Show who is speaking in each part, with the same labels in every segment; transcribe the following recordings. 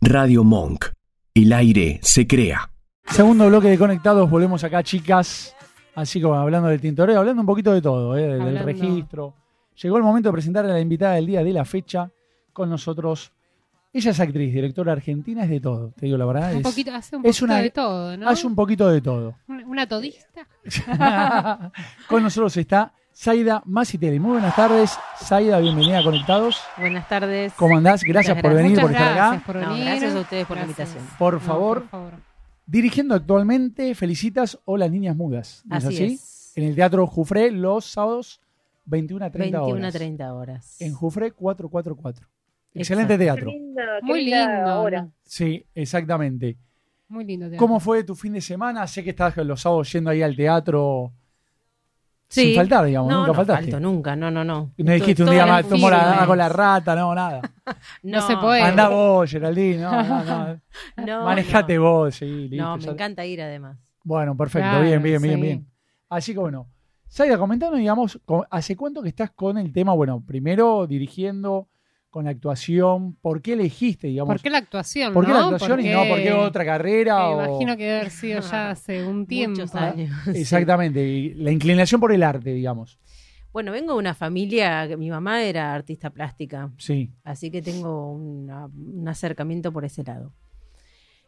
Speaker 1: Radio Monk. El aire se crea.
Speaker 2: Segundo bloque de Conectados, volvemos acá, chicas. Así como hablando de tintoreo, hablando un poquito de todo, ¿eh? del
Speaker 3: Hablando.
Speaker 2: registro. Llegó el momento de presentar a la invitada del día de la fecha con nosotros. Ella es actriz, directora argentina, es de todo, te digo la verdad.
Speaker 3: Un
Speaker 2: es-
Speaker 3: poquito, hace un
Speaker 2: es
Speaker 3: poquito
Speaker 2: una-
Speaker 3: de todo, ¿no?
Speaker 2: Hace un poquito de todo.
Speaker 3: Una- Una todista.
Speaker 2: con nosotros está Zaida Masiteli. Muy buenas tardes, Zaida, bienvenida a Conectados.
Speaker 4: Buenas tardes.
Speaker 2: ¿Cómo andás? Gracias
Speaker 4: Muchas
Speaker 2: por venir,
Speaker 3: Muchas
Speaker 2: por estar
Speaker 3: gracias
Speaker 2: acá.
Speaker 3: por
Speaker 4: No,
Speaker 3: venir.
Speaker 4: gracias a ustedes por la invitación.
Speaker 2: Por
Speaker 3: No,
Speaker 2: favor,
Speaker 3: por favor.
Speaker 2: dirigiendo actualmente Felicitas o Las Niñas Mudas. ¿no
Speaker 4: Así es.
Speaker 2: En el Teatro Jufré los sábados 21 a 30
Speaker 4: 21 a
Speaker 2: horas.
Speaker 4: 30 horas.
Speaker 2: En Jufré 444. Excelente
Speaker 4: Exacto.
Speaker 2: teatro.
Speaker 5: lindo, qué
Speaker 3: Muy
Speaker 5: linda
Speaker 3: lindo.
Speaker 5: obra.
Speaker 3: ¿no?
Speaker 2: Sí, exactamente.
Speaker 3: Muy lindo. teatro.
Speaker 2: ¿Cómo fue tu fin de semana? Sé que estás los sábados yendo ahí al teatro
Speaker 4: Sí.
Speaker 2: sin faltar, digamos.
Speaker 4: no,
Speaker 2: nunca
Speaker 4: no
Speaker 2: faltaste.
Speaker 4: falto, nunca, no, no, no.
Speaker 2: No dijiste un
Speaker 4: Todas
Speaker 2: día
Speaker 4: las
Speaker 2: más, tomo la,
Speaker 4: firmes.
Speaker 2: hago la rata, no, nada.
Speaker 3: No se puede. Bueno.
Speaker 2: Andá vos, Geraldine, no, no, no.
Speaker 4: No,
Speaker 2: Manejate
Speaker 4: no.
Speaker 2: vos, sí, listo.
Speaker 4: No, me
Speaker 2: ya-
Speaker 4: encanta ir además.
Speaker 2: Bueno, perfecto,
Speaker 3: Claro,
Speaker 2: bien, bien, bien,
Speaker 3: sí.
Speaker 2: bien. Así que bueno, Zaira, comentanos, digamos, co- ¿hace cuánto que estás con el tema? Bueno, primero dirigiendo, con la actuación, ¿por qué elegiste, digamos?
Speaker 3: ¿Por qué la actuación?
Speaker 2: ¿Por qué
Speaker 3: no?
Speaker 2: la actuación y no por qué otra carrera?
Speaker 3: Me
Speaker 2: o-
Speaker 3: imagino que debe haber sido ya hace un tiempo.
Speaker 4: Ah, Muchos
Speaker 2: Ah,
Speaker 4: años.
Speaker 2: Exactamente, y la inclinación por el arte, digamos.
Speaker 4: Bueno, vengo de una familia, que mi mamá era artista plástica,
Speaker 2: Sí,
Speaker 4: así que tengo una- un acercamiento por ese lado.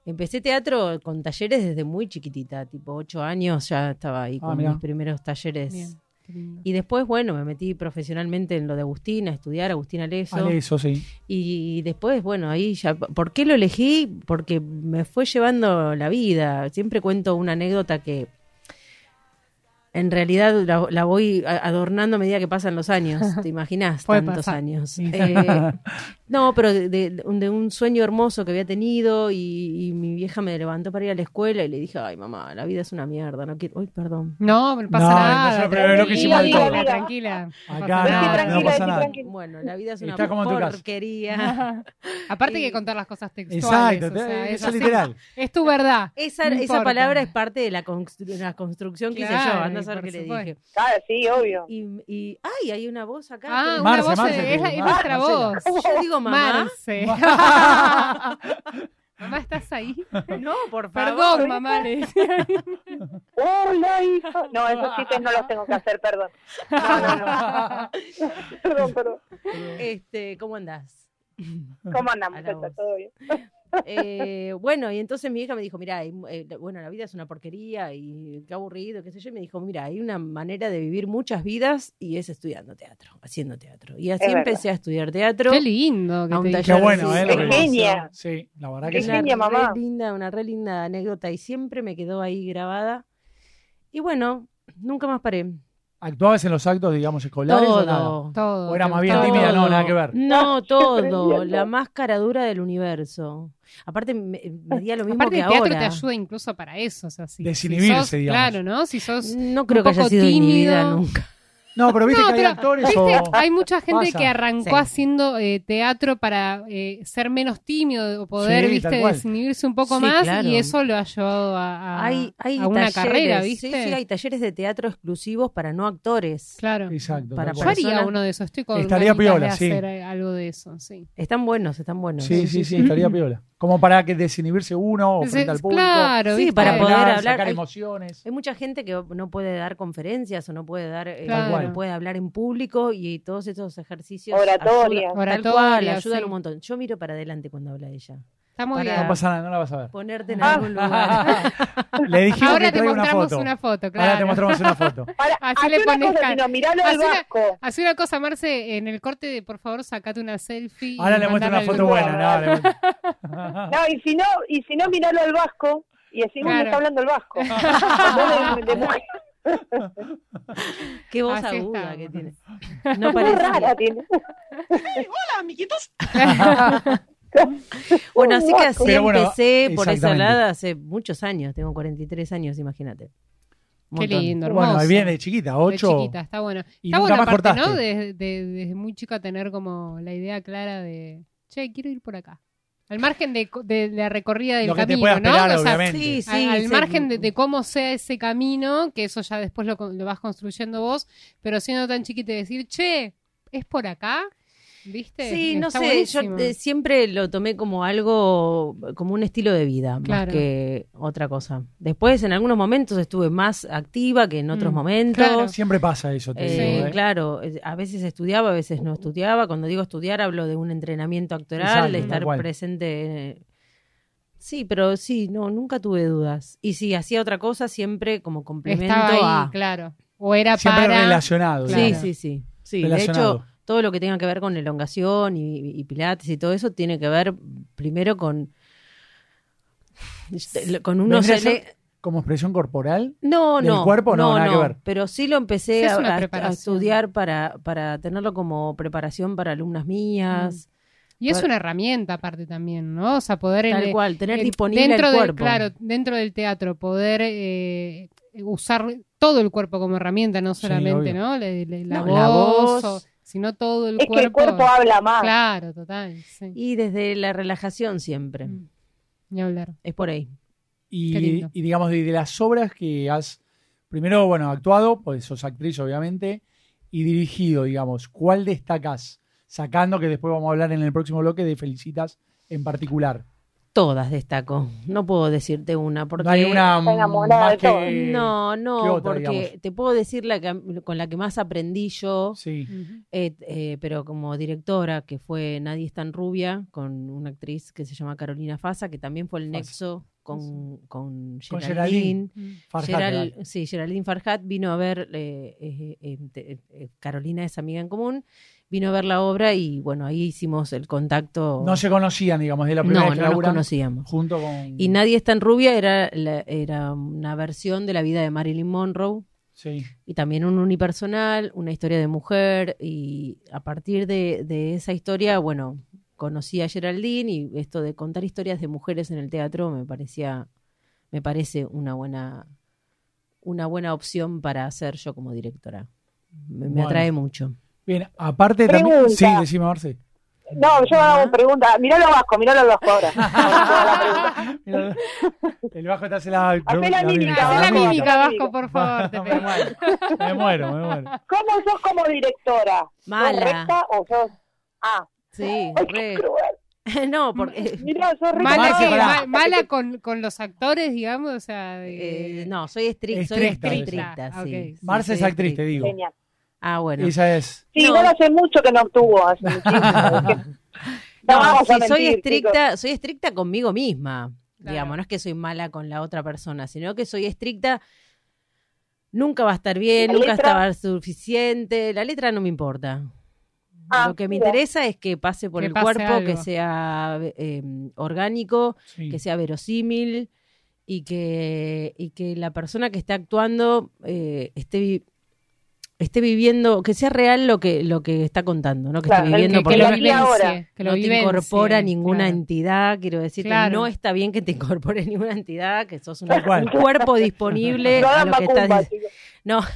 Speaker 4: Empecé teatro con talleres desde muy chiquitita, tipo 8 años ya estaba ahí
Speaker 2: Ah,
Speaker 4: con
Speaker 2: mirá.
Speaker 4: mis primeros talleres.
Speaker 3: Bien, qué lindo.
Speaker 4: Y después, bueno, me metí profesionalmente en lo de Agustina, a estudiar Agustina Leso.
Speaker 3: Ah,
Speaker 2: Ale, eso sí.
Speaker 4: Y después, bueno, ahí ya, ¿por qué lo elegí? Porque me fue llevando la vida. Siempre cuento una anécdota que en realidad la, la voy a- adornando a medida que pasan los años, ¿te imaginas?
Speaker 3: Puede
Speaker 4: Tantos
Speaker 3: pasar.
Speaker 4: años.
Speaker 2: Sí.
Speaker 4: Eh, no, pero de, de- de un sueño hermoso que había tenido y, y mi vieja me levantó para ir a la escuela y le dije, ay mamá, la vida es una mierda, no quiero... Uy, perdón.
Speaker 3: No, no pasa
Speaker 2: No, no es
Speaker 3: nada.
Speaker 2: el primer bloque,
Speaker 5: hicimos de
Speaker 3: tranquila,
Speaker 5: todo.
Speaker 3: tranquila. no
Speaker 2: Acá
Speaker 3: pasa
Speaker 2: Ah, no,
Speaker 3: nada.
Speaker 5: Tranqui,
Speaker 2: no pasa
Speaker 5: tranqui,
Speaker 2: nada.
Speaker 5: tranqui.
Speaker 4: Bueno, la vida es una
Speaker 2: Está como en tu casa.
Speaker 4: porquería.
Speaker 3: Aparte hay
Speaker 4: Y-
Speaker 3: que contar las cosas textuales.
Speaker 2: Exacto,
Speaker 3: o sea,
Speaker 2: te-
Speaker 3: es
Speaker 2: eso
Speaker 3: así.
Speaker 2: literal.
Speaker 3: Es tu verdad.
Speaker 4: Esa,
Speaker 3: No
Speaker 4: esa
Speaker 3: importa.
Speaker 4: palabra es parte de la, constru- la construcción que hice yo,
Speaker 3: Claro,
Speaker 4: anda a saber
Speaker 3: por
Speaker 4: qué le
Speaker 3: supuesto.
Speaker 4: dije.
Speaker 5: Claro, Ah, sí, obvio.
Speaker 4: Y, y- ¡ay! Hay una voz acá.
Speaker 3: Ah,
Speaker 4: que-
Speaker 3: una
Speaker 2: Marce,
Speaker 3: voz de-
Speaker 2: Marce,
Speaker 3: es, la- es
Speaker 2: Marce,
Speaker 3: nuestra voz.
Speaker 2: Marcela.
Speaker 4: Yo digo mamá.
Speaker 3: Marce. mamá, ¿estás ahí?
Speaker 4: No, por favor.
Speaker 3: Perdón, mamá. le decía.
Speaker 5: Hola, hija. No, esos chistes no los tengo que hacer, perdón. No, no, no. Perdón, perdón.
Speaker 4: Este, ¿Cómo andás?
Speaker 5: ¿Cómo andamos?
Speaker 4: A la voz.
Speaker 5: ¿Todo bien?
Speaker 4: Eh, bueno, y entonces mi hija me dijo, mira, hay- eh, la- bueno, la vida es una porquería y qué aburrido, qué sé yo. Y me dijo, mira, hay una manera de vivir muchas vidas y es estudiando teatro, haciendo teatro. Y así
Speaker 5: Es verdad.
Speaker 4: empecé a estudiar teatro.
Speaker 3: Qué lindo
Speaker 4: A
Speaker 3: que
Speaker 4: un
Speaker 3: te
Speaker 2: Qué
Speaker 4: taller.
Speaker 3: diga.
Speaker 2: bueno, ¿eh? lo que-
Speaker 5: Es genia.
Speaker 2: Sí, la verdad que
Speaker 5: Es
Speaker 2: sí.
Speaker 4: una
Speaker 5: genia,
Speaker 4: re
Speaker 5: mamá.
Speaker 4: linda, una re linda anécdota y siempre me quedó ahí grabada. Y bueno, nunca más paré.
Speaker 2: ¿Actuabas en los actos, digamos, escolares o nada?
Speaker 4: Todo.
Speaker 3: Todo.
Speaker 2: O era
Speaker 3: te
Speaker 2: más
Speaker 3: gustó.
Speaker 2: bien tímida, no, nada que ver.
Speaker 4: No, todo.
Speaker 5: Aprendiendo.
Speaker 4: La máscara dura del universo. Aparte, me, me di a lo mismo
Speaker 3: Aparte
Speaker 4: que
Speaker 3: el teatro
Speaker 4: ahora.
Speaker 3: te ayuda incluso para eso, o sea, si,
Speaker 2: Desinhibirse,
Speaker 3: si sos-
Speaker 2: digamos.
Speaker 3: Claro, ¿no? Si sos
Speaker 4: No creo que haya
Speaker 3: poco
Speaker 4: sido en mi
Speaker 3: tímido.
Speaker 4: vida nunca.
Speaker 2: No, pero viste
Speaker 3: No,
Speaker 2: que hay
Speaker 3: pero,
Speaker 2: actores
Speaker 3: ¿Viste?
Speaker 2: o...
Speaker 3: Hay mucha gente
Speaker 2: Pasa.
Speaker 3: que arrancó
Speaker 4: Sí.
Speaker 3: haciendo eh, teatro para eh, ser menos tímido o poder,
Speaker 2: Sí,
Speaker 3: viste,
Speaker 2: tal cual.
Speaker 3: desinhibirse un poco
Speaker 4: Sí,
Speaker 3: más
Speaker 4: claro.
Speaker 3: y eso lo ha llevado a, a-
Speaker 4: Hay, hay
Speaker 3: a una
Speaker 4: talleres,
Speaker 3: carrera,
Speaker 4: sí,
Speaker 3: ¿viste?
Speaker 4: Sí, hay talleres de teatro exclusivos para no actores.
Speaker 3: Claro.
Speaker 2: Exacto.
Speaker 4: Para
Speaker 2: tal
Speaker 3: Yo
Speaker 2: cual.
Speaker 3: haría
Speaker 4: personas-
Speaker 3: uno de esos, estoy con
Speaker 2: Estaría
Speaker 3: ganitas
Speaker 2: piola,
Speaker 3: de
Speaker 2: sí.
Speaker 3: hacer eh, algo de eso, sí.
Speaker 4: Están buenos, están buenos.
Speaker 2: Sí, sí, sí, estaría piola. Como para que desinhibirse uno o frente al
Speaker 3: Entonces,
Speaker 2: público.
Speaker 3: claro,
Speaker 4: Sí,
Speaker 3: ¿viste?
Speaker 4: para poder hablar,
Speaker 2: Sacar
Speaker 4: hay-
Speaker 2: emociones.
Speaker 4: Hay mucha gente que no puede dar conferencias o no puede dar, eh,
Speaker 3: Claro.
Speaker 4: no puede hablar en público y todos esos ejercicios
Speaker 5: Oratoria.
Speaker 4: ayudan- tal cual,
Speaker 3: Oratoria,
Speaker 4: ayudan
Speaker 3: sí.
Speaker 4: un montón. Yo miro para adelante cuando habla ella.
Speaker 3: Está muy
Speaker 4: para-
Speaker 3: bien.
Speaker 2: No pasa nada, no la vas a ver.
Speaker 4: Ponerte en
Speaker 5: Ah.
Speaker 4: algún lugar.
Speaker 2: Le dijimos
Speaker 3: Ahora
Speaker 2: que
Speaker 3: te
Speaker 2: traiga una
Speaker 3: mostramos
Speaker 2: foto.
Speaker 3: una foto, claro.
Speaker 2: Ahora te mostramos una foto.
Speaker 5: Para,
Speaker 3: Así le
Speaker 5: hacé una
Speaker 3: pones
Speaker 5: cosa,
Speaker 3: cara.
Speaker 5: sino miralo al
Speaker 3: Hacé una-
Speaker 5: vasco.
Speaker 3: Hace una cosa, Marce, en el corte de por favor sacate una selfie. y
Speaker 2: Ahora le muestro
Speaker 3: mandala
Speaker 2: una
Speaker 3: al
Speaker 2: foto
Speaker 3: grupo.
Speaker 2: buena. No, le muestro-
Speaker 4: Ah.
Speaker 5: No, y si no, y si no miralo al vasco y decimos
Speaker 3: Claro.
Speaker 5: que está hablando el vasco. Vos de- de mujer,
Speaker 4: Qué voz
Speaker 3: Así
Speaker 4: aguda
Speaker 3: estamos.
Speaker 4: que tiene. No
Speaker 5: muy
Speaker 4: parece.
Speaker 5: rara tiene.
Speaker 4: Bueno, así que así
Speaker 2: Pero bueno,
Speaker 4: empecé por esa
Speaker 2: exactamente.
Speaker 4: lado hace muchos años. Tengo 43 años, imagínate. Un
Speaker 3: Qué
Speaker 4: montón.
Speaker 3: lindo, hermoso.
Speaker 2: Bueno, bien de chiquita,
Speaker 3: De
Speaker 2: ocho.
Speaker 3: chiquita, está bueno.
Speaker 2: Y nunca
Speaker 3: está bueno,
Speaker 2: más
Speaker 3: aparte, ¿no?
Speaker 2: cortaste.
Speaker 3: Desde, de- desde muy chica tener como la idea clara de, che, quiero ir por acá. Al margen de, co- de la recorrida del
Speaker 2: Lo que te
Speaker 3: camino,
Speaker 2: pueda esperar,
Speaker 3: ¿no? O sea,
Speaker 2: obviamente.
Speaker 4: Sí,
Speaker 3: al-
Speaker 4: sí.
Speaker 3: al
Speaker 4: sí.
Speaker 3: margen de, de cómo sea ese camino, que eso ya después lo, con- lo vas construyendo vos, pero siendo tan chiquita y decir, che, es por acá. ¿Viste?
Speaker 4: Sí, no
Speaker 3: Está
Speaker 4: sé,
Speaker 3: buenísimo.
Speaker 4: yo eh, siempre lo tomé como algo, como un estilo de vida,
Speaker 3: Claro.
Speaker 4: más que otra cosa. Después, en algunos momentos estuve más activa que en otros
Speaker 3: Mm,
Speaker 4: momentos.
Speaker 3: claro.
Speaker 2: Siempre pasa eso, te
Speaker 4: Eh,
Speaker 2: digo. ¿eh?
Speaker 4: Claro, eh, a veces estudiaba, a veces no estudiaba. Cuando digo estudiar, hablo de un entrenamiento actoral,
Speaker 2: Exacto,
Speaker 4: de
Speaker 2: tal
Speaker 4: estar
Speaker 2: cual.
Speaker 4: presente. eh. Sí, pero sí, no, nunca tuve dudas. Y si hacía otra cosa, siempre como complemento
Speaker 3: Estaba ahí,
Speaker 4: a.
Speaker 3: claro. O era
Speaker 2: Siempre
Speaker 3: para.
Speaker 2: relacionado.
Speaker 3: Claro.
Speaker 4: Sí,
Speaker 2: digamos.
Speaker 4: sí, sí. Sí, de
Speaker 2: Relacionado.
Speaker 4: hecho, todo lo que tenga que ver con elongación y, y pilates y todo eso tiene que ver primero con este, con unos
Speaker 2: Vendría a ser
Speaker 4: ele-
Speaker 2: Como expresión corporal,
Speaker 4: no,
Speaker 2: del
Speaker 4: no.
Speaker 2: cuerpo, no, nada que ver.
Speaker 4: Pero sí lo empecé
Speaker 3: Es
Speaker 4: a,
Speaker 3: una
Speaker 4: a- a
Speaker 3: preparación.
Speaker 4: estudiar para, para tenerlo como preparación para alumnas mías.
Speaker 3: Mm. Y es una herramienta aparte también, ¿no? O sea, poder el-
Speaker 4: Tal cual, tener
Speaker 3: el-
Speaker 4: disponible
Speaker 3: dentro
Speaker 4: el
Speaker 3: del-
Speaker 4: cuerpo.
Speaker 3: claro, dentro del teatro, poder eh, usar todo el cuerpo como herramienta, no
Speaker 2: Sí,
Speaker 3: solamente,
Speaker 2: obvio.
Speaker 3: ¿no? Le- le- la,
Speaker 4: No,
Speaker 3: voz,
Speaker 4: la voz.
Speaker 3: o- sino todo el
Speaker 5: Es
Speaker 3: cuerpo.
Speaker 5: que el cuerpo habla más.
Speaker 3: Claro, total. Sí.
Speaker 4: Y desde la relajación siempre.
Speaker 3: Mm. Ni hablar.
Speaker 4: Es por ahí.
Speaker 2: Y,
Speaker 3: Qué lindo.
Speaker 2: y digamos, de, de las obras que has, primero, bueno, actuado, pues sos actriz, obviamente, y dirigido, digamos, ¿cuál destacás? Sacando que después vamos a hablar en el próximo bloque de Felicitas en particular.
Speaker 4: Todas destaco. No puedo decirte una porque
Speaker 2: no hay una
Speaker 5: Está
Speaker 2: mm,
Speaker 5: enamorada
Speaker 2: más
Speaker 5: de todo.
Speaker 2: que...
Speaker 4: No, no,
Speaker 2: ¿qué otra,
Speaker 4: porque
Speaker 2: digamos?
Speaker 4: te puedo decir la que- con la que más aprendí yo,
Speaker 2: Sí.
Speaker 3: Ujú.
Speaker 4: eh, eh, pero como directora, que fue Nadie es tan rubia, con una actriz que se llama Carolina Fasa, que también fue el
Speaker 2: Fassa.
Speaker 4: nexo con, con
Speaker 2: Con
Speaker 4: Geraldine.
Speaker 3: Mm.
Speaker 2: Farhat,
Speaker 4: Geral-
Speaker 2: ¿verdad?
Speaker 4: sí, Geraldine Farhat vino a ver, eh, eh, eh, te- eh, Carolina es amiga en común, vino a ver la obra y bueno, ahí hicimos el contacto.
Speaker 2: No se conocían, digamos, de la primera
Speaker 4: no,
Speaker 2: vez que
Speaker 4: no nos
Speaker 2: laburan
Speaker 4: conocíamos.
Speaker 2: junto con...
Speaker 4: Y Nadie es tan rubia era, la- era una versión de la vida de Marilyn Monroe
Speaker 2: Sí.
Speaker 4: y también un unipersonal, una historia de mujer y a partir de, de esa historia, bueno, conocí a Geraldine y esto de contar historias de mujeres en el teatro me parecía me parece una buena una buena opción para hacer yo como directora. Me, me
Speaker 2: Bueno.
Speaker 4: atrae mucho.
Speaker 2: Bien, aparte también...
Speaker 5: Pregunta.
Speaker 2: Sí, decime, Marce.
Speaker 5: No, yo hago preguntas. Mirá los vascos, mirá los vascos ahora.
Speaker 2: Mira, el bajo te hace la...
Speaker 5: Hacé la mímica,
Speaker 2: la
Speaker 3: Hacé la
Speaker 5: Vasco.
Speaker 3: mímica, Vasco,
Speaker 5: Mímica.
Speaker 3: por favor. te
Speaker 2: me
Speaker 3: pido.
Speaker 2: muero, me muero, me muero.
Speaker 5: ¿Cómo sos como directora? ¿Sos
Speaker 4: Mala.
Speaker 5: recta o sos.? Ah,
Speaker 4: Sí,
Speaker 5: ay,
Speaker 4: re.
Speaker 5: qué cruel.
Speaker 4: No, porque
Speaker 5: Mirá, sos recta.
Speaker 3: Mala,
Speaker 2: Marce,
Speaker 3: que-
Speaker 2: pará.
Speaker 3: ma- mala con, con los actores, digamos, o sea, de-
Speaker 4: eh, no, soy estricta, soy
Speaker 2: Estricta,
Speaker 4: estricta,
Speaker 3: estricta,
Speaker 4: sí.
Speaker 3: Ah, ok.
Speaker 4: Sí,
Speaker 2: Marce
Speaker 4: soy
Speaker 2: es actriz, te
Speaker 4: estricta.
Speaker 2: digo.
Speaker 5: Genial.
Speaker 4: Ah, bueno.
Speaker 2: Esa es.
Speaker 5: Sí,
Speaker 4: No.
Speaker 5: igual hace mucho que no actuó. Hace muchísimo, es que-
Speaker 4: No,
Speaker 5: vamos
Speaker 4: sí,
Speaker 5: a mentir,
Speaker 4: soy
Speaker 5: chicos.
Speaker 4: estricta, soy estricta conmigo misma.
Speaker 3: Claro.
Speaker 4: Digamos, no es que soy mala con la otra persona, sino que soy estricta. Nunca va a estar bien,
Speaker 5: ¿La
Speaker 4: nunca
Speaker 5: letra?
Speaker 4: va a estar suficiente. La letra no me importa.
Speaker 5: Ah,
Speaker 4: Lo que me
Speaker 5: mira.
Speaker 4: interesa es que pase por
Speaker 3: Que
Speaker 4: el
Speaker 3: pase
Speaker 4: cuerpo,
Speaker 3: algo.
Speaker 4: que sea eh, orgánico,
Speaker 2: Sí.
Speaker 4: que sea verosímil y que, y que la persona que está actuando eh, esté, vi- esté viviendo, que sea real lo que, lo que está contando, ¿no? Que
Speaker 5: Claro,
Speaker 4: esté
Speaker 5: el
Speaker 4: viviendo
Speaker 3: que,
Speaker 4: por
Speaker 3: que
Speaker 5: lo
Speaker 3: lo
Speaker 5: que
Speaker 3: vivencie,
Speaker 5: ahora.
Speaker 3: que lo
Speaker 4: no te
Speaker 3: vivencie,
Speaker 4: incorpora ninguna
Speaker 3: claro.
Speaker 4: entidad, quiero decirte,
Speaker 3: Claro.
Speaker 4: no está bien que te incorpore ninguna entidad, que sos una-
Speaker 2: Tal cual.
Speaker 4: un cuerpo disponible
Speaker 5: No
Speaker 4: a
Speaker 5: hagan
Speaker 4: lo que estás
Speaker 5: macumba,
Speaker 4: diciendo.
Speaker 5: chicos.
Speaker 4: No,
Speaker 5: No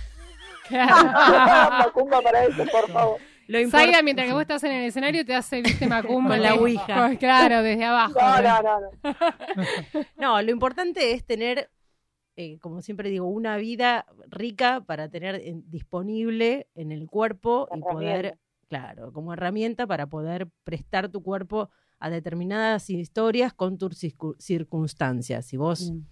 Speaker 3: Claro.
Speaker 5: hagan macumba para eso, por favor.
Speaker 4: lo importante
Speaker 3: Zaira, mientras que vos estás en el escenario, te hace, viste, macumba.
Speaker 4: Con la
Speaker 3: te-
Speaker 4: ouija.
Speaker 3: con- claro, desde abajo.
Speaker 5: No, no, no. no.
Speaker 4: No, lo importante es tener, eh, como siempre digo, una vida rica para tener eh, disponible en el cuerpo y poder,
Speaker 5: Herramienta.
Speaker 4: claro, como herramienta para poder prestar tu cuerpo a determinadas historias con tus circu- circunstancias. Si vos
Speaker 3: Bien.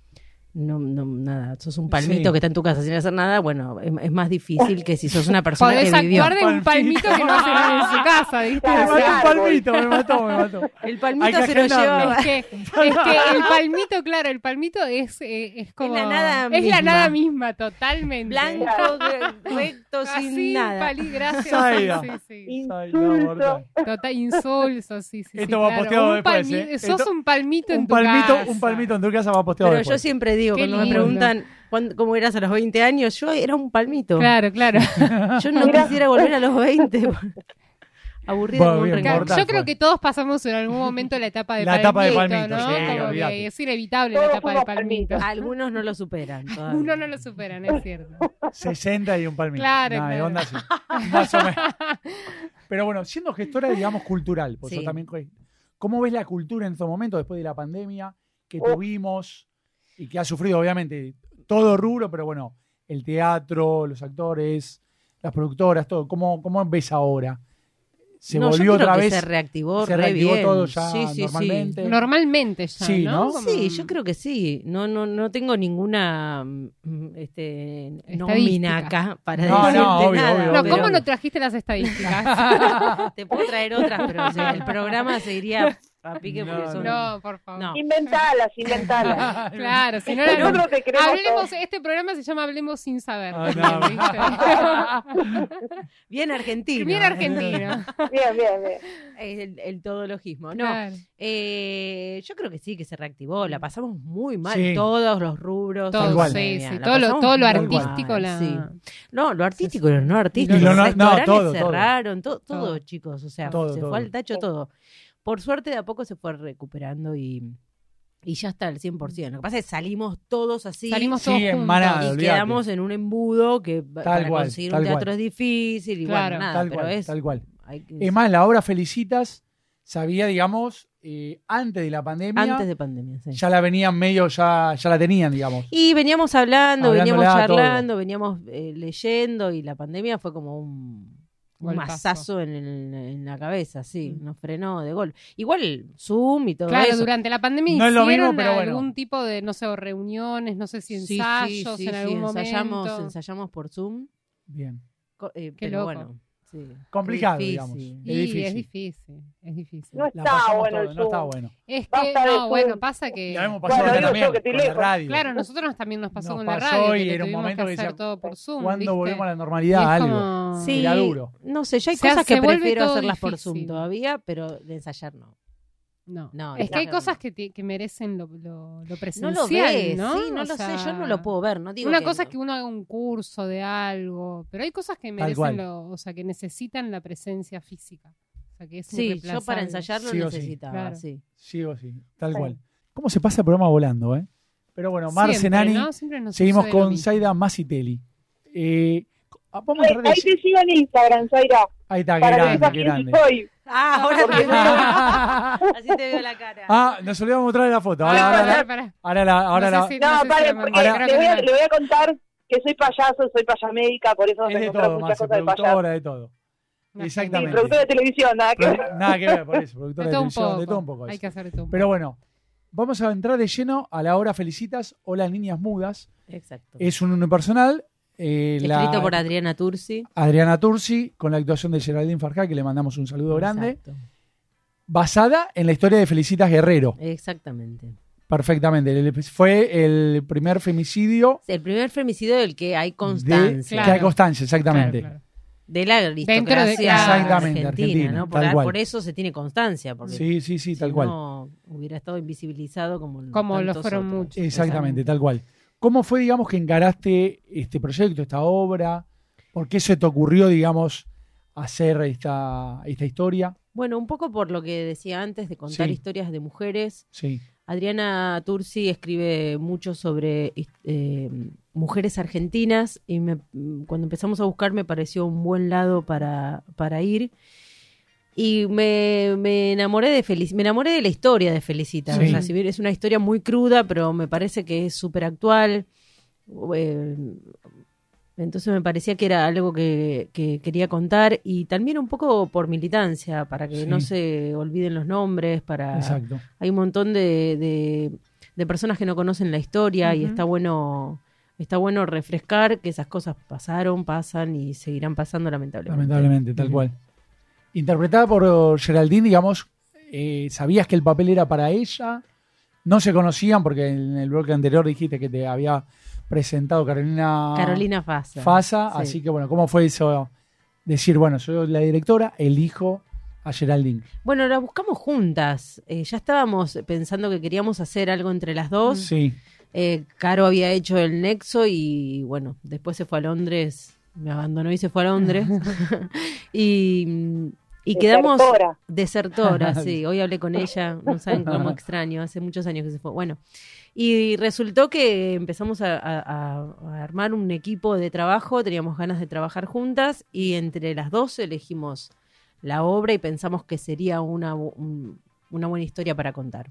Speaker 4: no, no- nada, sos un palmito
Speaker 2: Sí.
Speaker 4: que está en tu casa sin hacer nada, bueno, es, es más difícil que si sos una persona
Speaker 3: Podés
Speaker 4: que vivió.
Speaker 3: actuar de un palmito que no hace nada en su casa, ¿viste?
Speaker 2: Me
Speaker 5: Claro,
Speaker 3: O
Speaker 2: mató
Speaker 3: sea,
Speaker 2: un palmito, me mató, me mató.
Speaker 4: El
Speaker 2: Hay que
Speaker 4: palmito se lo
Speaker 2: agendarlo.
Speaker 4: lleva.
Speaker 3: es que, es que el palmito, claro, el palmito es, eh, es como.
Speaker 4: la nada
Speaker 3: es la
Speaker 4: misma.
Speaker 3: nada misma, totalmente.
Speaker 4: Blanco, recto, sin
Speaker 3: Así,
Speaker 4: nada.
Speaker 3: palí, gracias.
Speaker 2: Zaira.
Speaker 3: Sí, sí, sí.
Speaker 2: Ay, no, mortal.
Speaker 5: Insulto.
Speaker 3: Total, insulso, sí, sí. sí,
Speaker 2: Esto va
Speaker 3: claro.
Speaker 2: posteado
Speaker 3: Un
Speaker 2: después,
Speaker 3: palmi-
Speaker 2: ¿eh?
Speaker 3: Sos
Speaker 2: Esto-
Speaker 3: un palmito en
Speaker 2: Un
Speaker 3: tu
Speaker 2: palmito,
Speaker 3: casa.
Speaker 2: un palmito en tu casa va posteado
Speaker 4: Pero yo
Speaker 2: después.
Speaker 4: siempre digo,
Speaker 3: Qué
Speaker 4: cuando me
Speaker 3: lindo.
Speaker 4: preguntan "¿Cuán- cómo eras a los 20 años, yo era un palmito.
Speaker 3: Claro, claro.
Speaker 4: Yo no
Speaker 5: Mira.
Speaker 4: quisiera volver a los 20. Aburrido
Speaker 2: Va
Speaker 4: como un
Speaker 2: bien,
Speaker 4: recado.
Speaker 2: mortal.
Speaker 3: Yo creo que todos pasamos en algún momento la etapa de
Speaker 2: La
Speaker 3: palmito,
Speaker 2: etapa de palmito,
Speaker 3: ¿no?
Speaker 2: sí,
Speaker 3: Como que
Speaker 2: olvídate.
Speaker 3: es inevitable la
Speaker 5: Todos
Speaker 3: etapa de
Speaker 5: somos
Speaker 3: palmito.
Speaker 5: palmitos.
Speaker 4: Algunos no lo superan. todavía.
Speaker 3: Uno no lo supera, no es cierto.
Speaker 2: 60 y un palmito.
Speaker 3: Claro,
Speaker 2: Nah, de
Speaker 3: claro.
Speaker 2: onda así. Más o menos. Pero bueno, siendo gestora, digamos, cultural, por eso
Speaker 4: Sí.
Speaker 2: también. co- ¿Cómo ves la cultura en estos momentos después de la pandemia que
Speaker 5: Uf.
Speaker 2: tuvimos y que ha sufrido, obviamente, todo rubro, pero bueno, el teatro, los actores, las productoras, todo? ¿Cómo, cómo ves ahora? se
Speaker 4: No, yo
Speaker 2: volvió
Speaker 4: creo
Speaker 2: otra
Speaker 4: que
Speaker 2: vez.
Speaker 4: Se reactivó
Speaker 2: se
Speaker 4: re
Speaker 2: reactivó
Speaker 4: bien.
Speaker 2: todo ya
Speaker 4: sí, sí, sí.
Speaker 2: normalmente.
Speaker 3: Normalmente ya,
Speaker 2: Sí,
Speaker 3: ¿no?
Speaker 2: ¿no?
Speaker 3: Como-
Speaker 4: Sí, yo creo que sí. No, no, no tengo ninguna mm, este, nómina acá para
Speaker 2: No, no,
Speaker 4: decirte
Speaker 2: obvio,
Speaker 4: nada.
Speaker 2: obvio,
Speaker 3: No,
Speaker 2: pero-
Speaker 3: ¿cómo no trajiste las estadísticas?
Speaker 4: Te puedo traer otras, pero o sea, el programa se iría a pique
Speaker 2: No,
Speaker 4: porque son...
Speaker 3: no, por favor.
Speaker 4: No.
Speaker 5: Inventalas, inventalas.
Speaker 3: Claro, si no era...
Speaker 5: Nosotros te creemos
Speaker 3: Hablemos,
Speaker 5: todo.
Speaker 3: este programa se llama Hablemos sin saber.
Speaker 2: Ah,
Speaker 3: también,
Speaker 4: Bien argentino.
Speaker 3: ¿viste? Bien argentino.
Speaker 5: Bien, bien, bien.
Speaker 4: El, el todologismo. No,
Speaker 3: Claro.
Speaker 4: eh, yo creo que sí, que se reactivó. La pasamos muy mal.
Speaker 2: Mm. Sí.
Speaker 4: Todos los rubros.
Speaker 3: Todo,
Speaker 2: Tal cual.
Speaker 3: sí,
Speaker 4: Mira,
Speaker 3: sí.
Speaker 4: la
Speaker 3: Todo lo,
Speaker 4: pasamos
Speaker 3: todo lo
Speaker 4: muy
Speaker 3: artístico,
Speaker 4: mal,
Speaker 3: la...
Speaker 4: sí. No, lo artístico y lo no artístico.
Speaker 2: Y lo
Speaker 4: los
Speaker 2: no- no,
Speaker 4: restaurantes
Speaker 2: todo, todo.
Speaker 4: cerraron, to- todo,
Speaker 3: Todo.
Speaker 4: chicos. O sea,
Speaker 2: Todo,
Speaker 4: se
Speaker 2: todo.
Speaker 4: fue al tacho todo. Por suerte, de a poco se fue recuperando y, y ya está al 100%. Lo que pasa es que salimos todos así.
Speaker 3: Salimos
Speaker 2: Sí,
Speaker 3: todos
Speaker 2: en
Speaker 3: juntos.
Speaker 2: manada.
Speaker 4: y
Speaker 2: Ah, olvídate.
Speaker 4: quedamos en un embudo que pa-
Speaker 2: Tal
Speaker 4: para
Speaker 2: cual,
Speaker 4: conseguir
Speaker 2: tal
Speaker 4: un teatro
Speaker 2: cual.
Speaker 4: es difícil y
Speaker 3: Claro.
Speaker 4: bueno, nada,
Speaker 2: tal
Speaker 4: pero
Speaker 2: cual,
Speaker 4: es...
Speaker 2: tal cual.
Speaker 4: hay que-
Speaker 2: Es más, la obra Felicitas sabía, digamos, eh, antes de la pandemia,
Speaker 4: antes de pandemia, sí.
Speaker 2: ya la venían medio, ya, ya la tenían, digamos.
Speaker 4: Y veníamos hablando, veníamos
Speaker 2: Hablándola, todo.
Speaker 4: charlando, veníamos eh, leyendo y la pandemia fue como un, un
Speaker 3: Golpazo.
Speaker 4: mazazo en, el- en la cabeza, sí,
Speaker 3: Mm.
Speaker 4: nos frenó de golpe. Igual Zoom y todo
Speaker 3: Claro,
Speaker 4: eso.
Speaker 3: durante la pandemia
Speaker 2: No es lo
Speaker 3: hicieron
Speaker 2: mismo, pero bueno.
Speaker 3: algún tipo de, no sé, o reuniones, no sé si
Speaker 4: Sí, sí,
Speaker 3: ensayos
Speaker 4: sí,
Speaker 3: en
Speaker 4: sí,
Speaker 3: algún
Speaker 4: ensayamos,
Speaker 3: momento.
Speaker 4: ensayamos por Zoom,
Speaker 2: Bien.
Speaker 4: co- eh,
Speaker 3: Qué
Speaker 4: pero
Speaker 3: loco.
Speaker 4: bueno. sí.
Speaker 2: Complicado,
Speaker 4: Difícil.
Speaker 2: digamos.
Speaker 3: Y
Speaker 2: Es difícil.
Speaker 3: es difícil, es difícil.
Speaker 5: No
Speaker 2: La
Speaker 5: está
Speaker 2: pasamos
Speaker 5: bueno el
Speaker 2: todo, no está
Speaker 5: Zoom.
Speaker 2: bueno.
Speaker 3: Es que,
Speaker 5: Basta de
Speaker 3: no, bueno,
Speaker 5: Zoom.
Speaker 3: pasa que...
Speaker 2: La hemos pasado
Speaker 5: Bueno,
Speaker 2: acá
Speaker 5: digo yo
Speaker 2: también,
Speaker 5: que estoy
Speaker 2: con la
Speaker 5: lejos.
Speaker 2: radio.
Speaker 3: Claro, nosotros también nos pasó
Speaker 2: Nos
Speaker 3: con la
Speaker 2: pasó
Speaker 3: radio,
Speaker 2: y
Speaker 3: que
Speaker 2: era un
Speaker 3: tuvimos
Speaker 2: momento
Speaker 3: que
Speaker 2: que
Speaker 3: hacer
Speaker 2: decía,
Speaker 3: todo por Zoom,
Speaker 2: Cuando
Speaker 3: ¿viste?
Speaker 2: volvemos a la
Speaker 3: Y es
Speaker 2: normalidad, algo.
Speaker 3: como-
Speaker 4: Sí,
Speaker 2: Era duro.
Speaker 4: no sé, yo hay
Speaker 3: O sea,
Speaker 4: cosas que
Speaker 3: Ah. se vuelve
Speaker 4: prefiero
Speaker 3: todo
Speaker 4: hacerlas por
Speaker 3: difícil.
Speaker 4: Zoom todavía, pero de ensayar no.
Speaker 3: No.
Speaker 4: No,
Speaker 3: es que hay
Speaker 4: no, no.
Speaker 3: cosas que, te- que merecen lo, lo, lo
Speaker 4: No
Speaker 3: presencial,
Speaker 4: lo ves,
Speaker 3: ¿no?
Speaker 4: sí, no
Speaker 3: O
Speaker 4: lo
Speaker 3: sea,
Speaker 4: sé, yo no lo puedo ver, no digo
Speaker 3: Una
Speaker 4: que
Speaker 3: cosa
Speaker 4: no.
Speaker 3: es que uno haga un curso de algo, pero hay cosas
Speaker 2: cual.
Speaker 3: que merecen lo, o sea, que necesitan la presencia física. O sea, que es
Speaker 4: Sí, yo
Speaker 3: irreemplazable.
Speaker 4: para ensayar lo
Speaker 2: Sí o sí,
Speaker 4: necesitaba,
Speaker 3: claro.
Speaker 4: sí.
Speaker 2: Sí o sí, tal
Speaker 5: Sí.
Speaker 2: cual. ¿Cómo se pasa el programa volando, eh? Pero bueno,
Speaker 3: Siempre,
Speaker 2: Marcenani,
Speaker 3: ¿no? Siempre nos
Speaker 2: seguimos
Speaker 3: sucede lo
Speaker 2: con
Speaker 3: mismo.
Speaker 2: Zaida Masitelli. Eh, vamos a
Speaker 5: Ahí,
Speaker 2: tratar
Speaker 5: ahí
Speaker 2: de...
Speaker 5: te sigo en Instagram, Zaira,
Speaker 2: Ahí está, Ah, qué
Speaker 5: para que
Speaker 2: grande,
Speaker 5: sepas
Speaker 2: qué
Speaker 5: quién
Speaker 2: grande.
Speaker 5: soy.
Speaker 4: Ah, ahora
Speaker 5: Porque
Speaker 4: te
Speaker 5: no-
Speaker 4: Así te veo la cara.
Speaker 2: Ah, nos olvidamos mostrar la foto. Ahora,
Speaker 3: Pará,
Speaker 2: ahora, ahora,
Speaker 3: pará, pará.
Speaker 2: ahora la- ahora
Speaker 3: No
Speaker 2: la-
Speaker 3: sé si- no
Speaker 5: No,
Speaker 3: sé si la
Speaker 5: pare,
Speaker 3: mandé,
Speaker 5: porque
Speaker 2: Ahora-
Speaker 5: le
Speaker 3: creo
Speaker 5: voy,
Speaker 3: que
Speaker 5: a,
Speaker 3: no.
Speaker 5: le voy a contar que soy payaso, soy payamédica, por eso
Speaker 2: es
Speaker 5: me
Speaker 2: de
Speaker 5: encontrás
Speaker 2: todo,
Speaker 5: muchas
Speaker 2: Marce,
Speaker 5: cosas de payaso.
Speaker 2: productora, de todo.
Speaker 3: No,
Speaker 5: Sí,
Speaker 2: Exactamente.
Speaker 5: productora de televisión, nada que
Speaker 2: Pro-
Speaker 5: ver.
Speaker 2: Nada que ver, por eso,
Speaker 3: De
Speaker 2: productora de
Speaker 3: todo un
Speaker 2: televisión,
Speaker 3: poco.
Speaker 2: de todo un poco.
Speaker 3: Hay
Speaker 2: eso.
Speaker 3: que hacer de todo un
Speaker 2: Pero bueno, vamos a entrar de lleno a la hora Felicitas o las niñas mudas.
Speaker 4: Exacto.
Speaker 2: Es un unipersonal. eh, la-
Speaker 4: Escrito por Adriana Tursi.
Speaker 2: Adriana Tursi, con la actuación de Geraldine Farjá, que le mandamos un saludo grande,
Speaker 4: Exacto.
Speaker 2: basada en la historia de Felicitas Guerrero,
Speaker 4: Exactamente.
Speaker 2: perfectamente. El- Fue el primer femicidio
Speaker 4: El primer femicidio del que hay
Speaker 2: de
Speaker 4: constancia.
Speaker 2: que hay
Speaker 3: Claro.
Speaker 2: constancia,
Speaker 3: poco.
Speaker 2: exactamente.
Speaker 3: Claro,
Speaker 4: De la aristocracia
Speaker 3: Dentro de- Exactamente,
Speaker 4: argentina,
Speaker 2: argentina,
Speaker 4: ¿no? Por,
Speaker 2: tal cual.
Speaker 4: por eso se tiene constancia, porque
Speaker 2: Sí, sí, sí,
Speaker 4: si
Speaker 2: tal cual.
Speaker 4: no hubiera estado invisibilizado como,
Speaker 3: Como lo
Speaker 4: tantos
Speaker 3: fueron
Speaker 4: otros.
Speaker 3: muchos.
Speaker 2: Exactamente, tal cual. ¿Cómo fue, digamos, que encaraste este proyecto, esta obra? ¿Por qué se te ocurrió, digamos, hacer esta, esta historia?
Speaker 4: Bueno, un poco por lo que decía antes de contar
Speaker 2: Sí.
Speaker 4: historias de mujeres,
Speaker 2: Sí,
Speaker 4: Adriana Tursi escribe mucho sobre eh, mujeres argentinas y me- cuando empezamos a buscar me pareció un buen lado para, para ir. Y me, me enamoré de Felic- me enamoré de la historia de Felicita.
Speaker 2: Sí.
Speaker 4: O sea, si bien es una historia muy cruda, pero me parece que es súper actual. Eh, entonces me parecía que era algo que, que quería contar y también un poco por militancia, para que
Speaker 2: Sí.
Speaker 4: no se olviden los nombres, para
Speaker 2: exacto.
Speaker 4: hay un montón de, de- de personas que no conocen la historia y
Speaker 3: Ujú.
Speaker 4: está bueno está bueno refrescar que esas cosas pasaron, pasan y seguirán pasando lamentablemente.
Speaker 2: Lamentablemente, tal
Speaker 4: Ujú.
Speaker 2: cual. Interpretada por Geraldine, digamos, eh, ¿sabías que el papel era para ella? No se conocían porque en el bloque anterior dijiste que te había presentado Carolina,
Speaker 4: Carolina Fasa.
Speaker 2: Fasa,
Speaker 4: Sí.
Speaker 2: así que bueno, ¿cómo fue eso? Decir, bueno, soy la directora, elijo a Geraldine.
Speaker 4: Bueno, la buscamos juntas. Eh, ya estábamos pensando que queríamos hacer algo entre las dos.
Speaker 2: Sí,
Speaker 4: Eh, Caro había hecho el nexo y bueno, después se fue a Londres, me abandonó y se fue a Londres. y, y quedamos...
Speaker 5: Desertora.
Speaker 4: Desertora, sí. Hoy hablé con ella, no saben cómo extraño, hace muchos años que se fue. Bueno, y resultó que empezamos a, a- a- a armar un equipo de trabajo, teníamos ganas de trabajar juntas y entre las dos elegimos la obra y pensamos que sería una, bu- un- una buena historia para contar.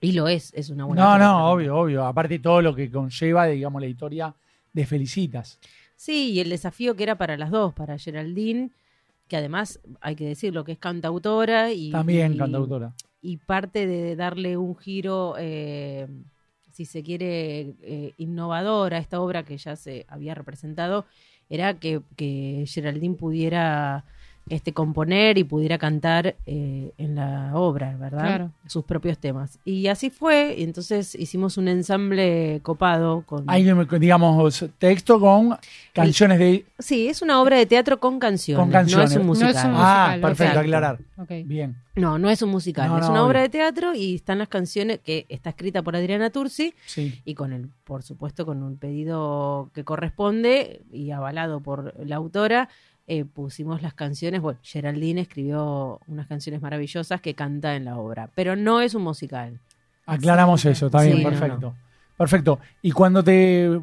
Speaker 4: Y lo es, es una buena
Speaker 2: no,
Speaker 4: historia para
Speaker 2: no,
Speaker 4: contar.
Speaker 2: obvio, obvio. Aparte todo lo que conlleva, digamos, la historia de Felicitas.
Speaker 4: Sí, y el desafío que era para las dos, para Geraldine que además hay que decirlo, que es cantautora y,
Speaker 2: También
Speaker 4: y-
Speaker 2: cantautora.
Speaker 4: y parte de darle un giro, eh, si se quiere, eh, innovador a esta obra que ya se había representado, era que, que Geraldine pudiera este, componer y pudiera cantar eh, en la obra, ¿verdad?
Speaker 3: Claro.
Speaker 4: Sus propios temas. Y así fue, y entonces hicimos un ensamble copado con...
Speaker 2: Hay, digamos, texto con canciones de...
Speaker 4: Sí, es una obra de teatro con canciones,
Speaker 2: Con canciones.
Speaker 4: no es un
Speaker 2: No
Speaker 3: es un
Speaker 4: musical.
Speaker 2: Ah,
Speaker 3: musical,
Speaker 2: perfecto,
Speaker 4: exacto.
Speaker 2: aclarar.
Speaker 3: Ok.
Speaker 2: Bien.
Speaker 4: No, no es un musical,
Speaker 2: No,
Speaker 4: es
Speaker 2: no,
Speaker 4: una obra
Speaker 2: obvio.
Speaker 4: de teatro y están las canciones que está escrita por Adriana Tursi
Speaker 2: Sí.
Speaker 4: y con el, por supuesto, con un pedido que corresponde y avalado por la autora, eh, pusimos las canciones. Bueno, Geraldine escribió unas canciones maravillosas que canta en la obra, pero no es un musical.
Speaker 2: Aclaramos eso, está bien,
Speaker 4: Sí, no,
Speaker 2: perfecto. Perfecto. Y cuando te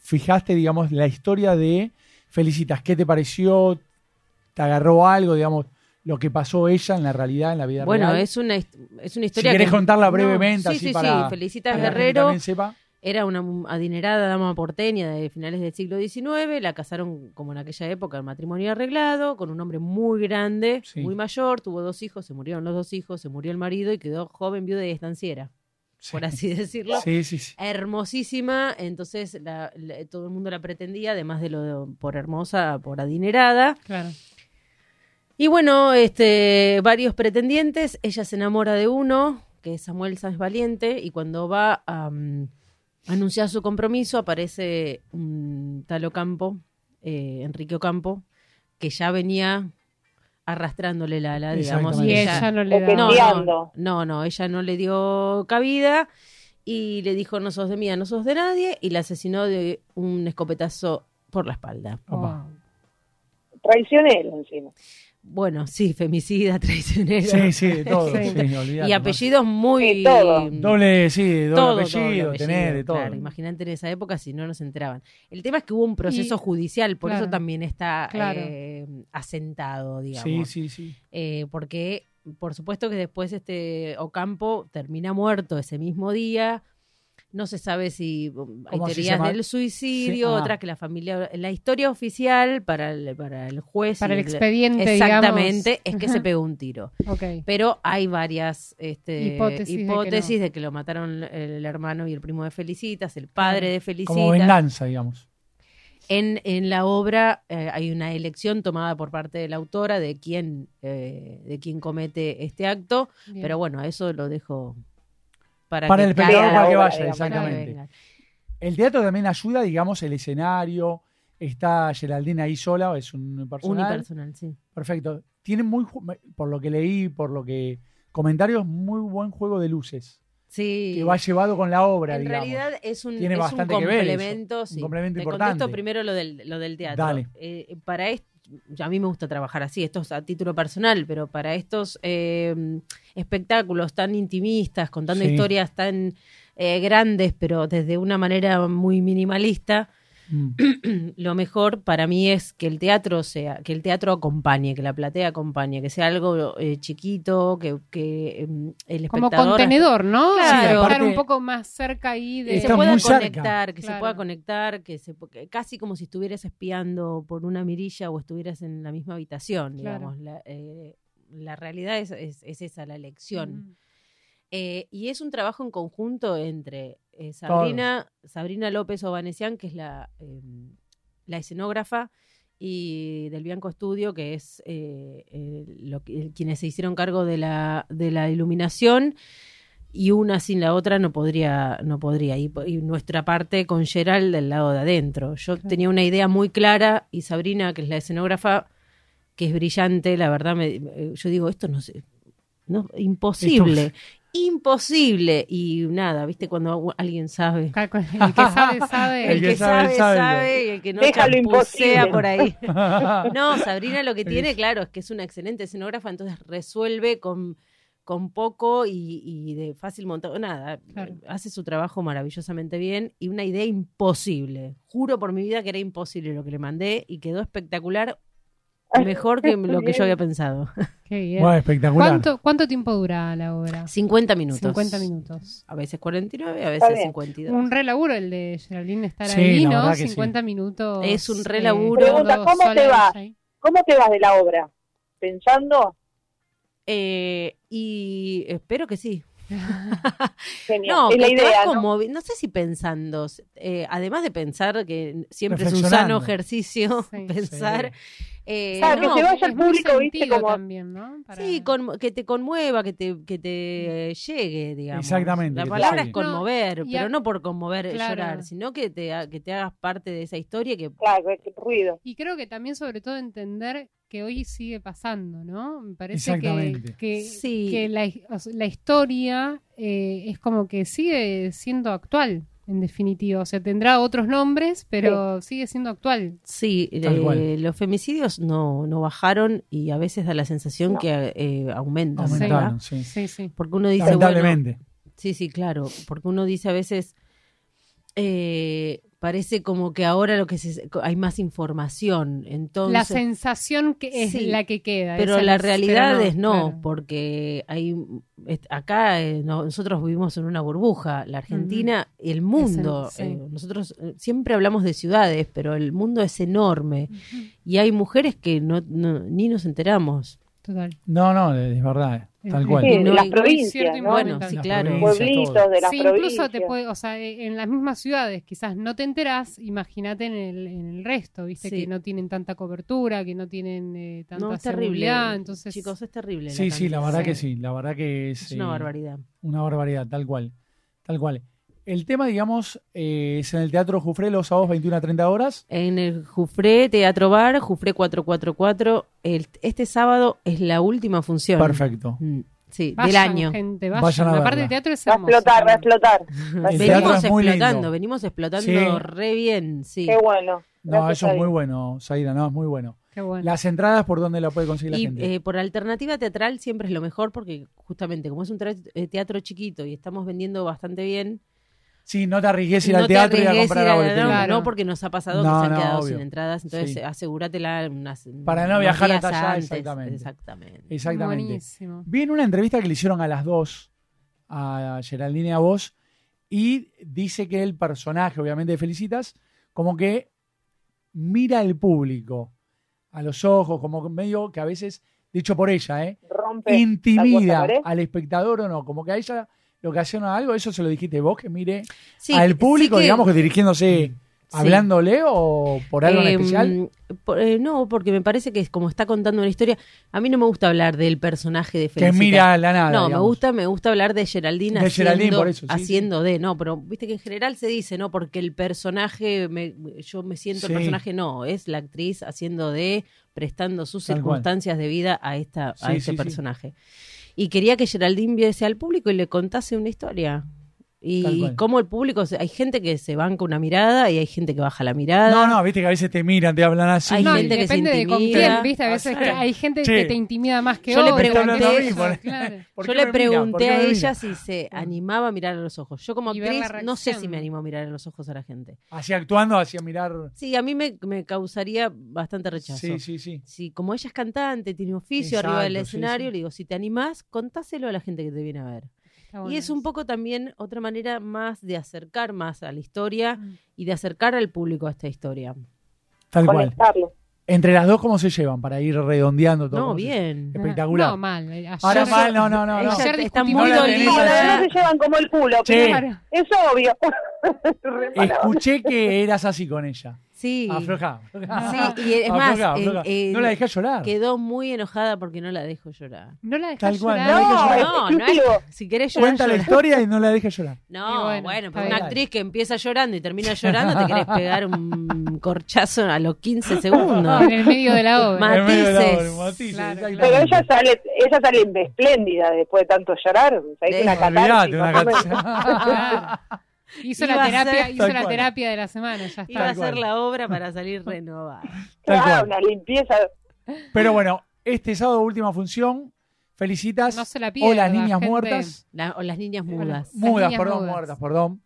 Speaker 2: fijaste, digamos, la historia de Felicitas, ¿qué te pareció? ¿Te agarró algo, digamos, lo que pasó ella en la realidad, en la vida
Speaker 4: Bueno,
Speaker 2: real?
Speaker 4: es una, hist- es una
Speaker 2: Si
Speaker 4: historia.
Speaker 2: querés
Speaker 4: que-
Speaker 2: contarla
Speaker 4: No,
Speaker 2: brevemente,
Speaker 4: sí,
Speaker 2: así
Speaker 4: sí,
Speaker 2: para,
Speaker 4: sí, Felicitas
Speaker 2: para que
Speaker 4: Guerrero.
Speaker 2: también sepa.
Speaker 4: Era una adinerada dama porteña de finales del siglo XIX, la casaron como en aquella época, en matrimonio arreglado, con un hombre muy grande,
Speaker 2: Sí.
Speaker 4: muy mayor, tuvo dos hijos, se murieron los dos hijos, se murió el marido y quedó joven viuda y estanciera, por así decirlo.
Speaker 2: Sí, sí, sí.
Speaker 4: Hermosísima, entonces la- la- todo el mundo la pretendía, además de lo de- por hermosa, por adinerada.
Speaker 3: Claro.
Speaker 4: Y bueno, este, varios pretendientes, ella se enamora de uno, que es Samuel Sanz Valiente, y cuando va a mm, anunciar su compromiso aparece un tal Ocampo, eh, Enrique Ocampo, que ya venía arrastrándole la ala, digamos.
Speaker 2: Exactamente.
Speaker 3: Y
Speaker 2: Bueno,
Speaker 3: ella
Speaker 2: ya.
Speaker 3: no le da.
Speaker 4: No,
Speaker 5: Enviando.
Speaker 4: no, no, no, ella no le dio cabida y le dijo no sos de mía, no sos de nadie, y la asesinó de un escopetazo por la espalda.
Speaker 2: Opa.
Speaker 5: Traicionero encima.
Speaker 4: Bueno, sí, femicida, traicionera.
Speaker 2: Sí, sí, de todo.
Speaker 3: Sí.
Speaker 2: sí, olvidate,
Speaker 4: y apellidos muy
Speaker 5: Sí, todo.
Speaker 2: Doble, sí, doble,
Speaker 4: todo,
Speaker 2: apellido,
Speaker 4: doble
Speaker 2: tenés
Speaker 4: apellido,
Speaker 2: de todo.
Speaker 4: claro. imagínate en esa época si no nos enteraban el tema es que hubo un proceso
Speaker 3: Y-
Speaker 4: judicial por
Speaker 3: claro,
Speaker 4: eso también está
Speaker 3: claro.
Speaker 4: eh, asentado
Speaker 2: sí,
Speaker 4: digamos
Speaker 2: sí, sí.
Speaker 4: Eh, porque por supuesto que después este Ocampo termina muerto ese mismo día no se sabe si um, hay
Speaker 2: ¿Cómo se
Speaker 4: teorías
Speaker 2: llama?
Speaker 4: del suicidio,
Speaker 2: Sí, ah.
Speaker 4: otras que la familia, la historia oficial para el, para el juez, y
Speaker 3: Para el
Speaker 4: el-
Speaker 3: expediente,
Speaker 4: exactamente, es
Speaker 3: digamos.
Speaker 4: que se pegó un tiro
Speaker 3: Ajá. Ok.
Speaker 4: pero hay varias este,
Speaker 3: Hipótesis
Speaker 4: hipótesis,
Speaker 3: de que
Speaker 4: de, que lo mataron el hermano y el primo de Felicitas, el padre de
Speaker 2: Como
Speaker 4: Felicitas.
Speaker 2: venganza, digamos.
Speaker 4: En, en la obra eh, hay una elección tomada por parte de la autora de quién, eh, de quién comete este acto,
Speaker 3: Bien.
Speaker 4: pero bueno, a eso lo dejo para,
Speaker 2: Para
Speaker 4: que
Speaker 2: el
Speaker 4: caiga
Speaker 2: peleador,
Speaker 4: la
Speaker 2: para que
Speaker 4: obra,
Speaker 2: vaya,
Speaker 4: digamos, para que
Speaker 2: exactamente.
Speaker 4: venga.
Speaker 2: El teatro también ayuda, digamos, el escenario. Está Geraldine ahí sola, es un personaje.
Speaker 4: Unipersonal, sí.
Speaker 2: Perfecto. Tiene muy, ju- por lo que leí, por lo que comentarios, muy buen juego de luces.
Speaker 4: Sí.
Speaker 2: Que va llevado con la obra,
Speaker 4: en
Speaker 2: digamos.
Speaker 4: realidad es un,
Speaker 2: Tiene
Speaker 4: es un
Speaker 2: bastante que ver eso,
Speaker 4: complemento,
Speaker 2: un
Speaker 4: sí.
Speaker 2: complemento
Speaker 4: Te
Speaker 2: importante.
Speaker 4: contesto primero lo del, lo del teatro.
Speaker 2: Dale.
Speaker 4: Eh, para esto, a mí me gusta trabajar así, esto es a título personal, pero para estos eh, espectáculos tan intimistas, contando
Speaker 2: Sí.
Speaker 4: historias tan eh, grandes, pero desde una manera muy minimalista,
Speaker 2: Mm.
Speaker 4: lo mejor para mí es que el teatro sea, que el teatro acompañe, que la platea acompañe, que sea algo eh, chiquito, que, que, eh, el
Speaker 3: Como
Speaker 4: espectador
Speaker 3: contenedor, ¿no?
Speaker 4: Claro. Sí,
Speaker 3: Estar
Speaker 2: aparte-
Speaker 3: un poco más cerca ahí de.
Speaker 4: que se
Speaker 2: Está
Speaker 4: pueda
Speaker 2: muy cerca.
Speaker 4: conectar, que
Speaker 3: Claro.
Speaker 4: se pueda conectar, que se pu- que casi como si estuvieras espiando por una mirilla o estuvieras en la misma habitación,
Speaker 3: Claro.
Speaker 4: digamos. La, eh, la realidad es, es- es esa, la elección.
Speaker 3: Mm.
Speaker 4: Eh, y es un trabajo en conjunto entre eh, Sabrina, Sabrina López Ovanesian, que es la, eh, la escenógrafa, y del Bianco Estudio, que es eh, eh, lo que- quienes se hicieron cargo de la, de la iluminación. Y una sin la otra no podría, no podría. Y, po- y nuestra parte con Gerald del lado de adentro. Yo
Speaker 3: Claro.
Speaker 4: tenía una idea muy clara y Sabrina, que es la escenógrafa, que es brillante, la verdad, me- eh, yo digo, esto no sé, no, imposible, imposible. Y nada, viste, cuando a- alguien sabe.
Speaker 3: Acá con- El que sabe, sabe.
Speaker 2: El que sabe, sabe.
Speaker 4: y el que no
Speaker 5: Deja lo
Speaker 4: chapucea
Speaker 5: imposible.
Speaker 4: por ahí. No, Sabrina lo que tiene, claro, es que es una excelente escenógrafa, entonces resuelve con, con poco y, y de fácil montado. Nada,
Speaker 3: Claro.
Speaker 4: hace su trabajo maravillosamente bien y una idea imposible. Juro por mi vida que era imposible lo que le mandé y quedó espectacular, mejor que lo que yo había pensado.
Speaker 3: Qué bien.
Speaker 2: Bueno, espectacular.
Speaker 3: ¿Cuánto, ¿Cuánto tiempo dura la obra?
Speaker 4: 50 minutos.
Speaker 3: 50 minutos.
Speaker 4: A veces 49, a
Speaker 5: Está
Speaker 4: veces
Speaker 5: bien.
Speaker 4: 52.
Speaker 3: Un re laburo el de Geraldine estar
Speaker 2: Sí,
Speaker 3: ahí,
Speaker 2: la
Speaker 3: ¿no?
Speaker 2: verdad que sí.
Speaker 3: 50 minutos.
Speaker 4: Es un re
Speaker 3: eh,
Speaker 4: laburo.
Speaker 3: estando
Speaker 5: Pregunta, ¿cómo
Speaker 3: sola
Speaker 5: te va?
Speaker 3: ella ahí.
Speaker 5: ¿Cómo te vas de la obra? ¿Pensando?
Speaker 4: Eh, y espero que sí.
Speaker 5: Genial.
Speaker 4: No,
Speaker 5: es la
Speaker 4: que te vas
Speaker 5: idea, ¿no?
Speaker 4: conmovi- no sé si pensando, eh, además de pensar que siempre es un
Speaker 2: Reflexionando.
Speaker 4: sano ejercicio
Speaker 3: Sí.
Speaker 4: pensar. eh,
Speaker 5: Claro, que
Speaker 4: no,
Speaker 5: se vaya al
Speaker 3: es muy
Speaker 5: público, viste,
Speaker 3: sentido
Speaker 5: como-
Speaker 3: También, ¿no? Para-
Speaker 4: Sí, con- que te conmueva, que te, que te eh, llegue, digamos.
Speaker 2: Exactamente,
Speaker 4: La
Speaker 2: que te
Speaker 4: palabra
Speaker 2: llegue.
Speaker 4: es conmover,
Speaker 3: No, y
Speaker 4: pero
Speaker 3: a-
Speaker 4: no por conmover eh,
Speaker 3: Claro.
Speaker 4: llorar, sino que te, ha- que te hagas parte de esa historia que
Speaker 5: Claro, es que ruido.
Speaker 3: Y creo que también, sobre todo, entender que hoy sigue pasando, ¿no? Me parece que,
Speaker 2: Exactamente.
Speaker 3: que,
Speaker 4: Sí.
Speaker 3: que la, o sea, la historia eh, es como que sigue siendo actual, en definitiva. O sea, tendrá otros nombres, pero sigue siendo actual.
Speaker 4: Sí,
Speaker 2: Tal
Speaker 4: eh,
Speaker 2: cual.
Speaker 4: los femicidios no, no bajaron y a veces da la sensación
Speaker 5: No.
Speaker 4: que eh, aumentan, ¿verdad?
Speaker 2: Aumentaron, sí.
Speaker 3: Sí, sí.
Speaker 4: Porque uno dice, bueno,
Speaker 2: Lamentablemente.
Speaker 4: sí, sí, claro, porque uno dice a veces, eh, parece como que ahora lo que se- hay más información, entonces,
Speaker 3: la sensación que es
Speaker 4: Sí.
Speaker 3: la que queda.
Speaker 4: pero
Speaker 3: esa
Speaker 4: la
Speaker 3: es-
Speaker 4: realidad
Speaker 3: pero
Speaker 4: es no,
Speaker 3: claro.
Speaker 4: porque hay est- acá eh, no- nosotros vivimos en una burbuja, la Argentina, el mundo,
Speaker 3: sí.
Speaker 4: eh, nosotros eh, siempre hablamos de ciudades, pero el mundo es enorme. Y hay mujeres que no, no- ni nos enteramos.
Speaker 3: Total.
Speaker 2: No, no, es verdad, tal cual.
Speaker 5: Sí,
Speaker 4: no
Speaker 5: de las
Speaker 4: hay-
Speaker 5: provincias,
Speaker 3: cierto
Speaker 5: ¿no?
Speaker 4: Bueno,
Speaker 3: Fundamental.
Speaker 4: sí,
Speaker 2: Las
Speaker 4: claro.
Speaker 2: provincias.
Speaker 5: Pueblitos de las
Speaker 3: Sí,
Speaker 5: provincias.
Speaker 3: incluso te puede, o sea, eh, en las mismas ciudades quizás no te enterás, imagínate en el, en el resto, viste
Speaker 4: Sí.
Speaker 3: que no tienen tanta cobertura, que no tienen eh, tanta
Speaker 4: No, es terrible. eh,
Speaker 3: seguridad, entonces
Speaker 4: Chicos, es terrible.
Speaker 2: Sí, sí, la verdad
Speaker 4: cantidad.
Speaker 2: que sí, la verdad que es,
Speaker 4: Es una
Speaker 2: eh,
Speaker 4: barbaridad.
Speaker 2: una barbaridad, tal cual, tal cual. El tema, digamos, eh, es en el Teatro Jufré los sábados 21 a 30 horas.
Speaker 4: En el Jufré Teatro Bar, Jufré 444, el- este sábado es la última función.
Speaker 2: Perfecto.
Speaker 4: Mm, Sí, del
Speaker 3: vayan,
Speaker 4: año.
Speaker 3: gente, vayan.
Speaker 2: Vayan a
Speaker 3: Aparte
Speaker 2: verla.
Speaker 3: el teatro es
Speaker 5: Va a
Speaker 3: hermoso.
Speaker 5: explotar, va a
Speaker 3: también.
Speaker 5: explotar. Va a
Speaker 2: El
Speaker 5: explotar.
Speaker 2: teatro
Speaker 4: Venimos
Speaker 2: es muy lindo.
Speaker 4: explotando, venimos explotando
Speaker 2: Sí.
Speaker 4: re bien, sí.
Speaker 5: Qué bueno.
Speaker 2: No,
Speaker 5: Gracias
Speaker 2: eso
Speaker 5: a
Speaker 2: es muy
Speaker 5: Dios.
Speaker 2: bueno, Zaira, no, es muy bueno.
Speaker 3: Qué bueno.
Speaker 2: Las entradas, ¿por dónde la puede conseguir la
Speaker 4: Y
Speaker 2: gente?
Speaker 4: eh, por alternativa teatral siempre es lo mejor porque justamente como es un tra- eh, teatro chiquito y estamos vendiendo bastante bien,
Speaker 2: sí, no te arriesgues a ir al
Speaker 4: no te
Speaker 2: teatro y a
Speaker 4: arriesgues
Speaker 2: comprar
Speaker 4: ir
Speaker 2: la
Speaker 4: a-
Speaker 2: boletería.
Speaker 4: no,
Speaker 3: Claro.
Speaker 4: no, porque nos ha pasado
Speaker 2: No,
Speaker 4: que se han
Speaker 2: no,
Speaker 4: quedado sin
Speaker 2: obvio.
Speaker 4: entradas, entonces
Speaker 2: Sí.
Speaker 4: asegúratela unas,
Speaker 2: Para no
Speaker 4: unos
Speaker 2: viajar
Speaker 4: días
Speaker 2: hasta allá,
Speaker 4: antes.
Speaker 2: exactamente.
Speaker 4: Exactamente.
Speaker 2: Exactamente.
Speaker 3: Buenísimo.
Speaker 2: Vi en una entrevista que le hicieron a las dos, a Geraldine y a vos, y dice que el personaje, obviamente, de Felicitas, como que mira al público, a los ojos, como medio que a veces, dicho por ella, ¿eh?
Speaker 5: Rompe. la
Speaker 2: intimida
Speaker 5: cuota, ¿eh?
Speaker 2: al espectador o no, como que a ella lo que hacían algo, eso se lo dijiste vos, que mire
Speaker 4: Sí,
Speaker 2: al público,
Speaker 4: sí que-
Speaker 2: digamos que dirigiéndose, hablándole o por algo en
Speaker 4: Em,
Speaker 2: especial.
Speaker 4: por- eh, no, porque me parece que es como está contando una historia, a mí no me gusta hablar del personaje de
Speaker 2: Que
Speaker 4: Felicita.
Speaker 2: mira a la nada.
Speaker 4: No, me
Speaker 2: digamos.
Speaker 4: gusta, me gusta hablar de Geraldine
Speaker 2: De
Speaker 4: haciendo,
Speaker 2: Geraldine, por eso, sí,
Speaker 4: haciendo de, no, pero viste que en general se dice, no, porque el personaje, me- yo me siento
Speaker 2: Sí.
Speaker 4: el personaje, no, es la actriz haciendo de, prestando sus
Speaker 2: Tal cual.
Speaker 4: circunstancias de vida a esta, a
Speaker 2: Sí,
Speaker 4: este
Speaker 2: sí, sí.
Speaker 4: personaje. Y quería que Geraldine viese al público y le contase una historia. Y,
Speaker 2: Tal cual.
Speaker 4: cómo el público, se- hay gente que se banca una mirada y hay gente que baja la mirada.
Speaker 2: No, no, viste que a veces te miran, te hablan así.
Speaker 4: Hay
Speaker 3: no, y
Speaker 4: gente que se
Speaker 3: depende de con
Speaker 4: intimida.
Speaker 3: quién, viste, a veces que hay gente
Speaker 2: Sí. ¿eh?
Speaker 3: que te intimida más que
Speaker 4: Yo le
Speaker 3: otra,
Speaker 4: pregunté-
Speaker 3: que
Speaker 4: Está
Speaker 3: eso,
Speaker 2: hablando a mí,
Speaker 3: claro.
Speaker 2: ¿Por
Speaker 4: Yo
Speaker 2: qué
Speaker 4: le
Speaker 2: me mira? ¿Por qué
Speaker 4: pregunté a
Speaker 2: me mira?
Speaker 4: ella si se animaba a mirar a los ojos. Yo como
Speaker 3: Y ver la
Speaker 4: actriz no sé
Speaker 3: reacción.
Speaker 4: si me animo a mirar a los ojos a la gente.
Speaker 2: Así actuando, hacia mirar.
Speaker 4: Sí, a mí me, me causaría bastante rechazo.
Speaker 2: Sí, sí, sí.
Speaker 4: Sí, como ella es cantante, tiene oficio
Speaker 2: Exacto,
Speaker 4: arriba del
Speaker 2: sí,
Speaker 4: escenario,
Speaker 2: sí.
Speaker 4: le digo, si te animás, contáselo a la gente que te viene a ver.
Speaker 3: Está
Speaker 4: Y es
Speaker 3: bueno.
Speaker 4: un poco también otra manera más de acercar más a la historia
Speaker 3: Mm.
Speaker 4: y de acercar al público a esta historia.
Speaker 2: Tal cual.
Speaker 5: Conectarlo.
Speaker 2: Entre las dos, ¿cómo se llevan? Para ir redondeando todo.
Speaker 4: No,
Speaker 2: ¿Cómo se-
Speaker 4: bien.
Speaker 2: Espectacular.
Speaker 3: No, mal. eh, ayer-
Speaker 2: Ahora mal, no, no, no. no.
Speaker 4: Ella
Speaker 3: Ayer
Speaker 4: está
Speaker 3: discutimos
Speaker 4: muy
Speaker 2: la tenés
Speaker 5: No, la verdad
Speaker 4: dolida.
Speaker 5: se llevan como el culo.
Speaker 2: Sí.
Speaker 5: pero
Speaker 3: Claro.
Speaker 5: Es obvio. Re mala onda.
Speaker 2: Escuché que eras así con ella.
Speaker 4: Sí.
Speaker 2: Afloja.
Speaker 4: Sí, y es más,
Speaker 2: Afloja, afloja.
Speaker 4: eh, eh,
Speaker 2: no la dejás llorar.
Speaker 4: quedó muy enojada porque no la dejo llorar.
Speaker 3: No la dejás
Speaker 2: Tal cual, no
Speaker 3: llorar.
Speaker 2: la
Speaker 5: No,
Speaker 2: dejás
Speaker 5: es
Speaker 2: llorar.
Speaker 4: No, no es-
Speaker 5: exclusivo.
Speaker 4: Si querés llorar,
Speaker 2: Cuenta la
Speaker 4: llorá.
Speaker 2: historia y no la dejes llorar.
Speaker 3: Y
Speaker 4: No,
Speaker 3: bueno,
Speaker 4: bueno,
Speaker 3: está
Speaker 4: pero una
Speaker 2: bien.
Speaker 4: actriz que empieza llorando y termina llorando, te querés pegar un corchazo a los 15 segundos.
Speaker 3: En el medio de la obra.
Speaker 4: Mal.
Speaker 2: En medio de la
Speaker 4: Matices.
Speaker 2: obra, matices,
Speaker 3: Claro,
Speaker 2: exactamente.
Speaker 5: Pero ella sale, ella sale espléndida después de tanto llorar. O sea, es
Speaker 4: Sí.
Speaker 5: una
Speaker 2: Olvídate,
Speaker 5: catarsis.
Speaker 2: una
Speaker 5: más o menos.
Speaker 3: Claro. Ah, Hizo
Speaker 4: Iba
Speaker 3: la
Speaker 4: a
Speaker 3: terapia,
Speaker 4: ser-
Speaker 2: Tal
Speaker 3: hizo la
Speaker 2: cual.
Speaker 3: terapia de la semana, ya
Speaker 4: Iba a
Speaker 3: está.
Speaker 2: Tal
Speaker 4: hacer
Speaker 2: cual.
Speaker 4: la obra para salir renovada.
Speaker 2: Tal
Speaker 5: Ah,
Speaker 2: cual.
Speaker 5: una limpieza.
Speaker 2: Pero bueno, este sábado última función. Felicitas.
Speaker 3: No se la pierda.
Speaker 2: o las niñas
Speaker 3: gente.
Speaker 2: muertas.
Speaker 4: La- o las niñas mudas.
Speaker 3: Las
Speaker 2: Mudas,
Speaker 3: niñas
Speaker 2: perdón,
Speaker 3: mudas.
Speaker 2: muertas, perdón.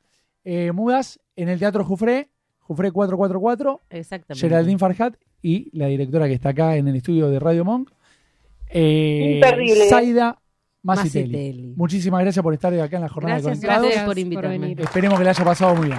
Speaker 2: Eh, mudas en el Teatro Jufré, Jufré 444,
Speaker 4: Exactamente.
Speaker 2: Geraldine Farhat y la directora que está acá en el estudio de Radio Monk, eh,
Speaker 5: Imperdible.
Speaker 2: Zaida Masitelli.
Speaker 4: Masitelli.
Speaker 2: Muchísimas gracias por estar acá en la jornada
Speaker 4: Gracias,
Speaker 2: de contados.
Speaker 4: gracias por invitarme.
Speaker 3: venir.
Speaker 2: Esperemos que la haya pasado muy bien.